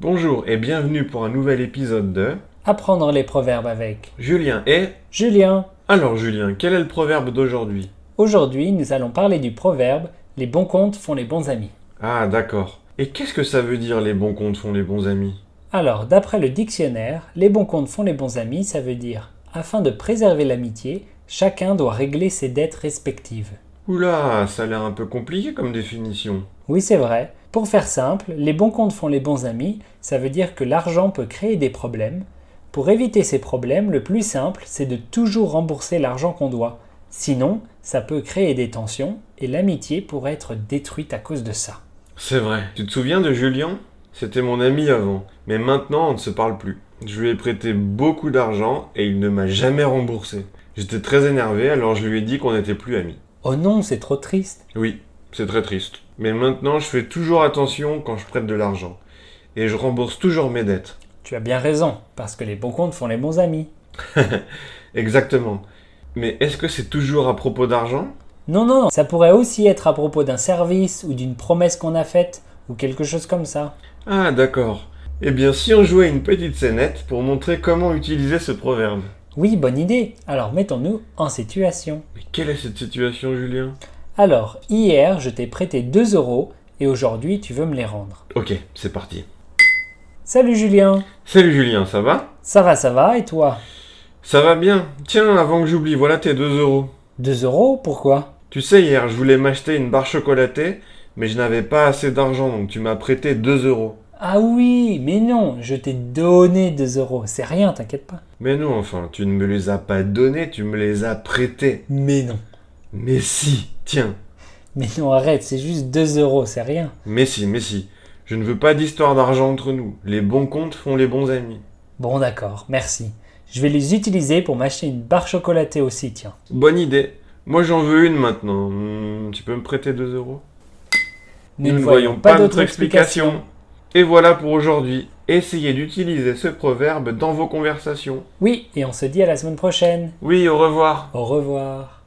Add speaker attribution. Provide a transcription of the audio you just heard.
Speaker 1: Bonjour et bienvenue pour un nouvel épisode de
Speaker 2: Apprendre les proverbes avec
Speaker 1: Julien et...
Speaker 2: Julien.
Speaker 1: Alors Julien, quel est le proverbe d'aujourd'hui
Speaker 2: Aujourd'hui, nous allons parler du proverbe Les bons comptes font les bons amis.
Speaker 1: Ah d'accord. Et qu'est-ce que ça veut dire les bons comptes font les bons amis
Speaker 2: Alors, d'après le dictionnaire, les bons comptes font les bons amis, ça veut dire afin de préserver l'amitié, chacun doit régler ses dettes respectives.
Speaker 1: Oula, ça a l'air un peu compliqué comme définition.
Speaker 2: Oui, c'est vrai. Pour faire simple, les bons comptes font les bons amis, ça veut dire que l'argent peut créer des problèmes. Pour éviter ces problèmes, le plus simple, c'est de toujours rembourser l'argent qu'on doit. Sinon, ça peut créer des tensions et l'amitié pourrait être détruite à cause de ça.
Speaker 1: C'est vrai. Tu te souviens de Julien C'était mon ami avant, mais maintenant on ne se parle plus. Je lui ai prêté beaucoup d'argent et il ne m'a jamais remboursé. J'étais très énervé alors je lui ai dit qu'on n'était plus amis.
Speaker 2: Oh non, c'est trop triste.
Speaker 1: Oui, c'est très triste. Mais maintenant je fais toujours attention quand je prête de l'argent. Et je rembourse toujours mes dettes.
Speaker 2: Tu as bien raison, parce que les bons comptes font les bons amis.
Speaker 1: Exactement. Mais est-ce que c'est toujours à propos d'argent
Speaker 2: Non, non, ça pourrait aussi être à propos d'un service ou d'une promesse qu'on a faite ou quelque chose comme ça.
Speaker 1: Ah d'accord. Eh bien si on jouait une petite scénette pour montrer comment utiliser ce proverbe.
Speaker 2: Oui, bonne idée. Alors mettons-nous en situation.
Speaker 1: Mais quelle est cette situation Julien
Speaker 2: Alors, hier, je t'ai prêté 2 euros et aujourd'hui, tu veux me les rendre.
Speaker 1: Ok, c'est parti.
Speaker 2: Salut Julien.
Speaker 1: Salut Julien, ça va
Speaker 2: Ça va, ça va, et toi
Speaker 1: Ça va bien. Tiens, avant que j'oublie, voilà tes 2 euros.
Speaker 2: 2 euros, pourquoi
Speaker 1: Tu sais, hier je voulais m'acheter une barre chocolatée, mais je n'avais pas assez d'argent, donc tu m'as prêté 2 euros.
Speaker 2: Ah oui, mais non, je t'ai donné 2 euros. C'est rien, t'inquiète pas.
Speaker 1: Mais non, enfin, tu ne me les as pas donnés, tu me les as prêtés.
Speaker 2: Mais non.
Speaker 1: Mais si, tiens.
Speaker 2: Mais non, arrête, c'est juste 2 euros, c'est rien.
Speaker 1: Mais si, mais si. Je ne veux pas d'histoire d'argent entre nous. Les bons comptes font les bons amis.
Speaker 2: Bon, d'accord, merci. Je vais les utiliser pour m'acheter une barre chocolatée aussi, tiens.
Speaker 1: Bonne idée. Moi j'en veux une maintenant. Hmm, tu peux me prêter 2 euros
Speaker 2: Nous ne voyons pas d'autre explication.
Speaker 1: Et voilà pour aujourd'hui. Essayez d'utiliser ce proverbe dans vos conversations.
Speaker 2: Oui, et on se dit à la semaine prochaine.
Speaker 1: Oui, au revoir.
Speaker 2: Au revoir.